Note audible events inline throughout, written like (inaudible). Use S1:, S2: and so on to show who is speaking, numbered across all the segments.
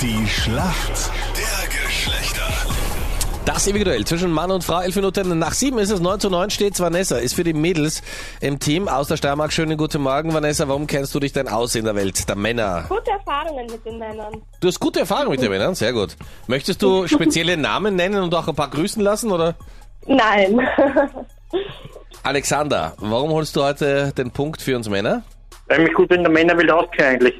S1: Die Schlacht der Geschlechter.
S2: Das ewige Duell zwischen Mann und Frau, elf Minuten nach sieben ist es, 9 zu 9 steht Vanessa, ist für die Mädels im Team aus der Steiermark. Schönen guten Morgen, Vanessa, warum kennst du dich denn aus in der Welt der Männer?
S3: gute Erfahrungen mit den Männern.
S2: Du hast gute Erfahrung mit den Männern, sehr gut. Möchtest du spezielle Namen nennen und auch ein paar grüßen lassen, oder?
S3: Nein.
S2: Alexander, warum holst du heute den Punkt für uns Männer?
S4: Weil ich mich gut in der Männerwelt auskenne eigentlich.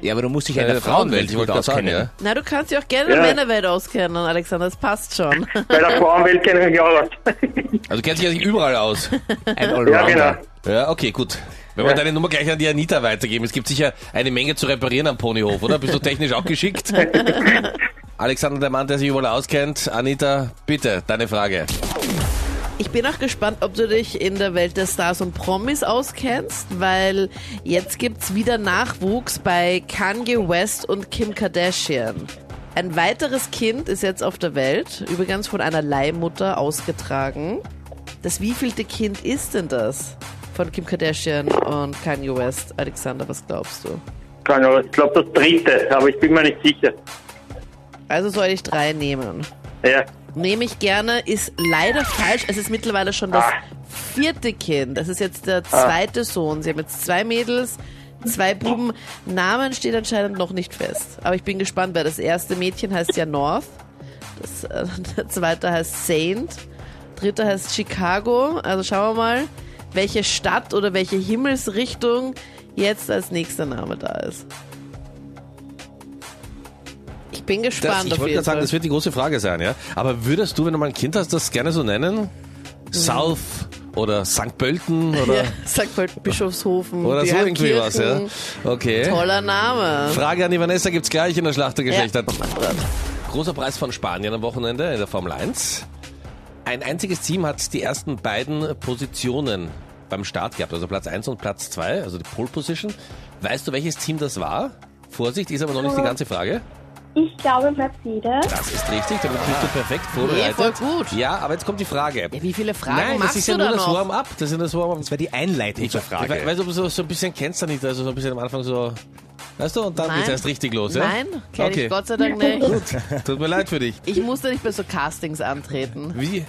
S5: Ja, aber du musst dich in
S2: Äh,
S5: der Frauenwelt
S2: ich
S5: gut
S2: wollte gerade sagen,
S5: auskennen.
S2: ja.
S6: Na, du kannst dich auch gerne in der
S4: Ja.
S6: Männerwelt auskennen, Alexander, das passt schon. (laughs)
S4: Bei der Frauenwelt kenne ich mich auch aus.
S2: Also du kennst dich ja nicht überall aus.
S5: Ein
S4: Ja,
S5: Allrounder.
S4: genau.
S2: Ja, okay, gut. Wenn wir deine Nummer gleich an die Anita weitergeben, es gibt sicher eine Menge zu reparieren am Ponyhof, oder? Bist du technisch auch (laughs) geschickt? Alexander, der Mann, der sich überall auskennt. Anita, bitte, deine Frage.
S6: Ich bin auch gespannt, ob du dich in der Welt der Stars und Promis auskennst, weil jetzt gibt's wieder Nachwuchs bei Kanye West und Kim Kardashian. Ein weiteres Kind ist jetzt auf der Welt, übrigens von einer Leihmutter ausgetragen. Das wievielte Kind ist denn das? Von Kim Kardashian und Kanye West. Alexander, was glaubst du?
S4: Keine Ahnung. Ich glaube das dritte, aber ich bin mir nicht sicher.
S6: Also soll ich drei nehmen.
S4: Ja.
S6: Nehme ich gerne, ist leider falsch. Es ist mittlerweile schon das
S4: Ah.
S6: vierte Kind. Das ist jetzt der zweite Sohn. Sie haben jetzt zwei Mädels, zwei Buben. Namen steht anscheinend noch nicht fest. Aber ich bin gespannt, weil das erste Mädchen heißt ja North. Das, äh, (laughs) der zweite heißt Saint. Dritter heißt Chicago. Also schauen wir mal, welche Stadt oder welche Himmelsrichtung jetzt als nächster Name da ist. Ich bin gespannt
S2: Das, ich
S6: auf
S2: wollte
S6: jeden
S2: gerade sagen,
S6: Fall.
S2: das wird die große Frage sein, ja. Aber würdest du, wenn du mal ein Kind hast, das gerne so nennen? South oder St. Pölten oder,
S6: Mhm. Ja, sagt halt Bischofshofen.
S2: oder so irgendwie was, ja.
S6: Dirkirchen.
S2: Okay.
S6: Toller Name.
S2: Frage an die Vanessa gibt's gleich in der Schlacht der Geschlechter.
S6: Ja.
S2: Großer Preis von Spanien am Wochenende in der Formel 1. Ein einziges Team hat die ersten beiden Positionen beim Start gehabt, also Platz 1 und Platz 2, also die Pole Position. Weißt du, welches Team das war? Vorsicht, ist aber noch nicht die ganze Frage.
S3: (laughs) Ich glaube Mercedes.
S2: Das ist richtig, damit bist du perfekt
S6: Nee,
S2: vorbereitet.
S6: voll gut.
S2: Ja, aber jetzt kommt die Frage.
S6: Ja, wie viele Fragen
S2: Nein, das
S6: machst
S2: ist ja
S6: du
S2: nur
S6: da
S2: das
S6: noch?
S2: Warm-up. Das ist ja nur das Warm-up.
S5: Das war die Einleitung zur Frage.
S2: Ich weiß, ob du so, so ein bisschen kennst, Anita, also so ein bisschen am Anfang so, weißt du, und dann
S6: Nein.
S2: geht's erst richtig los, ja?
S6: Nein, kenne
S2: okay.
S6: ich Gott sei Dank nicht.
S2: Tut mir leid für dich.
S6: Ich musste nicht bei so Castings antreten.
S2: Wie,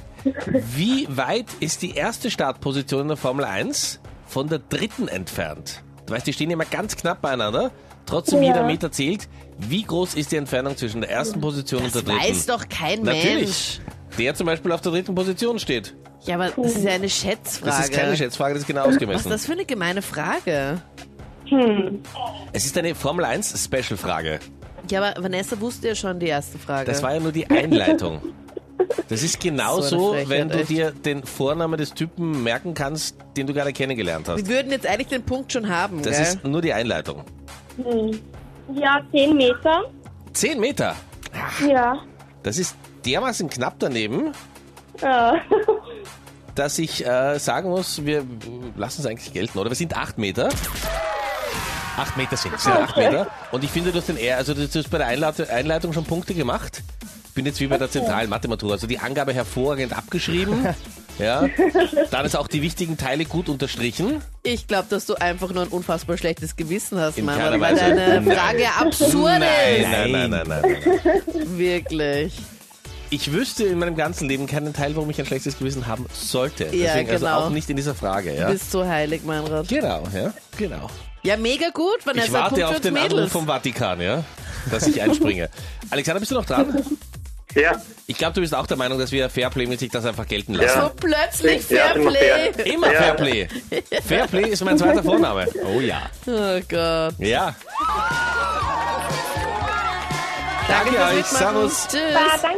S2: wie weit ist die erste Startposition in der Formel 1 von der dritten entfernt? Du weißt, die stehen immer ganz knapp beieinander. Trotzdem
S3: Ja.
S2: jeder Meter zählt. Wie groß ist die Entfernung zwischen der ersten Position
S6: Das
S2: und der dritten?
S6: weiß doch kein
S2: Natürlich. Der zum Beispiel auf der dritten Position steht.
S6: Mensch. Ja, aber das ist ja eine Schätzfrage.
S2: Das ist keine Schätzfrage, das ist genau
S6: Was
S2: ausgemessen.
S6: ist das für eine gemeine Frage?
S2: Es ist eine Formel 1 Special-Frage.
S6: Ja, aber Vanessa wusste ja schon die erste Frage.
S2: Das war ja nur die Einleitung. Das ist
S6: (laughs) So
S2: genauso,
S6: eine Frechheit,
S2: wenn du
S6: echt.
S2: dir den Vornamen des Typen merken kannst, den du gerade kennengelernt hast.
S6: Wir würden jetzt eigentlich den Punkt schon haben,
S2: Das
S6: gell?
S2: ist nur die Einleitung.
S3: Ja, 10 Meter.
S2: Zehn Meter.
S3: Ja.
S2: Das ist dermaßen knapp daneben,
S3: ja.
S2: dass ich äh, sagen muss, wir lassen es eigentlich gelten, oder? Wir sind acht Meter.
S5: Acht Meter sind's.
S2: Sind acht Meter. Und ich finde, du hast den R, also du hast bei der Einleit- Einleitung schon Punkte gemacht. Ich bin jetzt wie bei der zentralen Mathematur. Also die Angabe hervorragend abgeschrieben.
S6: (laughs)
S2: ja. Dann ist auch die wichtigen Teile gut unterstrichen.
S6: Ich glaube, dass du einfach nur ein unfassbar schlechtes Gewissen hast,
S2: In
S6: Mama,
S2: keiner
S6: weil
S2: Weise.
S6: deine
S2: Nein.
S6: Frage absurd
S2: Nein,
S6: ist.
S2: nein, nein, nein, nein, nein.
S6: Wirklich.
S2: Ich wüsste in meinem ganzen Leben keinen Teil, warum ich ein schlechtes Gewissen haben sollte.
S6: Ja,
S2: Deswegen also
S6: genau.
S2: auch nicht in dieser Frage. Ja.
S6: Bist so heilig, Meinrad.
S2: Genau, ja, genau.
S6: Ja, mega gut, Vanessa.
S2: Ich warte
S6: Punkt
S2: auf
S6: fürs
S2: den
S6: Mädels.
S2: Anruf vom Vatikan, ja? Dass ich
S6: (laughs)
S2: einspringe. Alexander, bist du noch dran?
S4: Ja.
S2: Ich glaube, du bist auch der Meinung, dass wir fairplaymäßig das einfach gelten lassen.
S6: So plötzlich
S4: Ja, sind wir
S6: Fairplay.
S2: Immer
S4: Ja.
S2: Fairplay. Fairplay ist mein zweiter Vorname. Oh ja.
S6: Oh Gott.
S2: Ja. Danke
S6: fürs
S2: euch.
S6: Mitmachen.
S2: Servus.
S6: Tschüss.
S3: Ah, danke.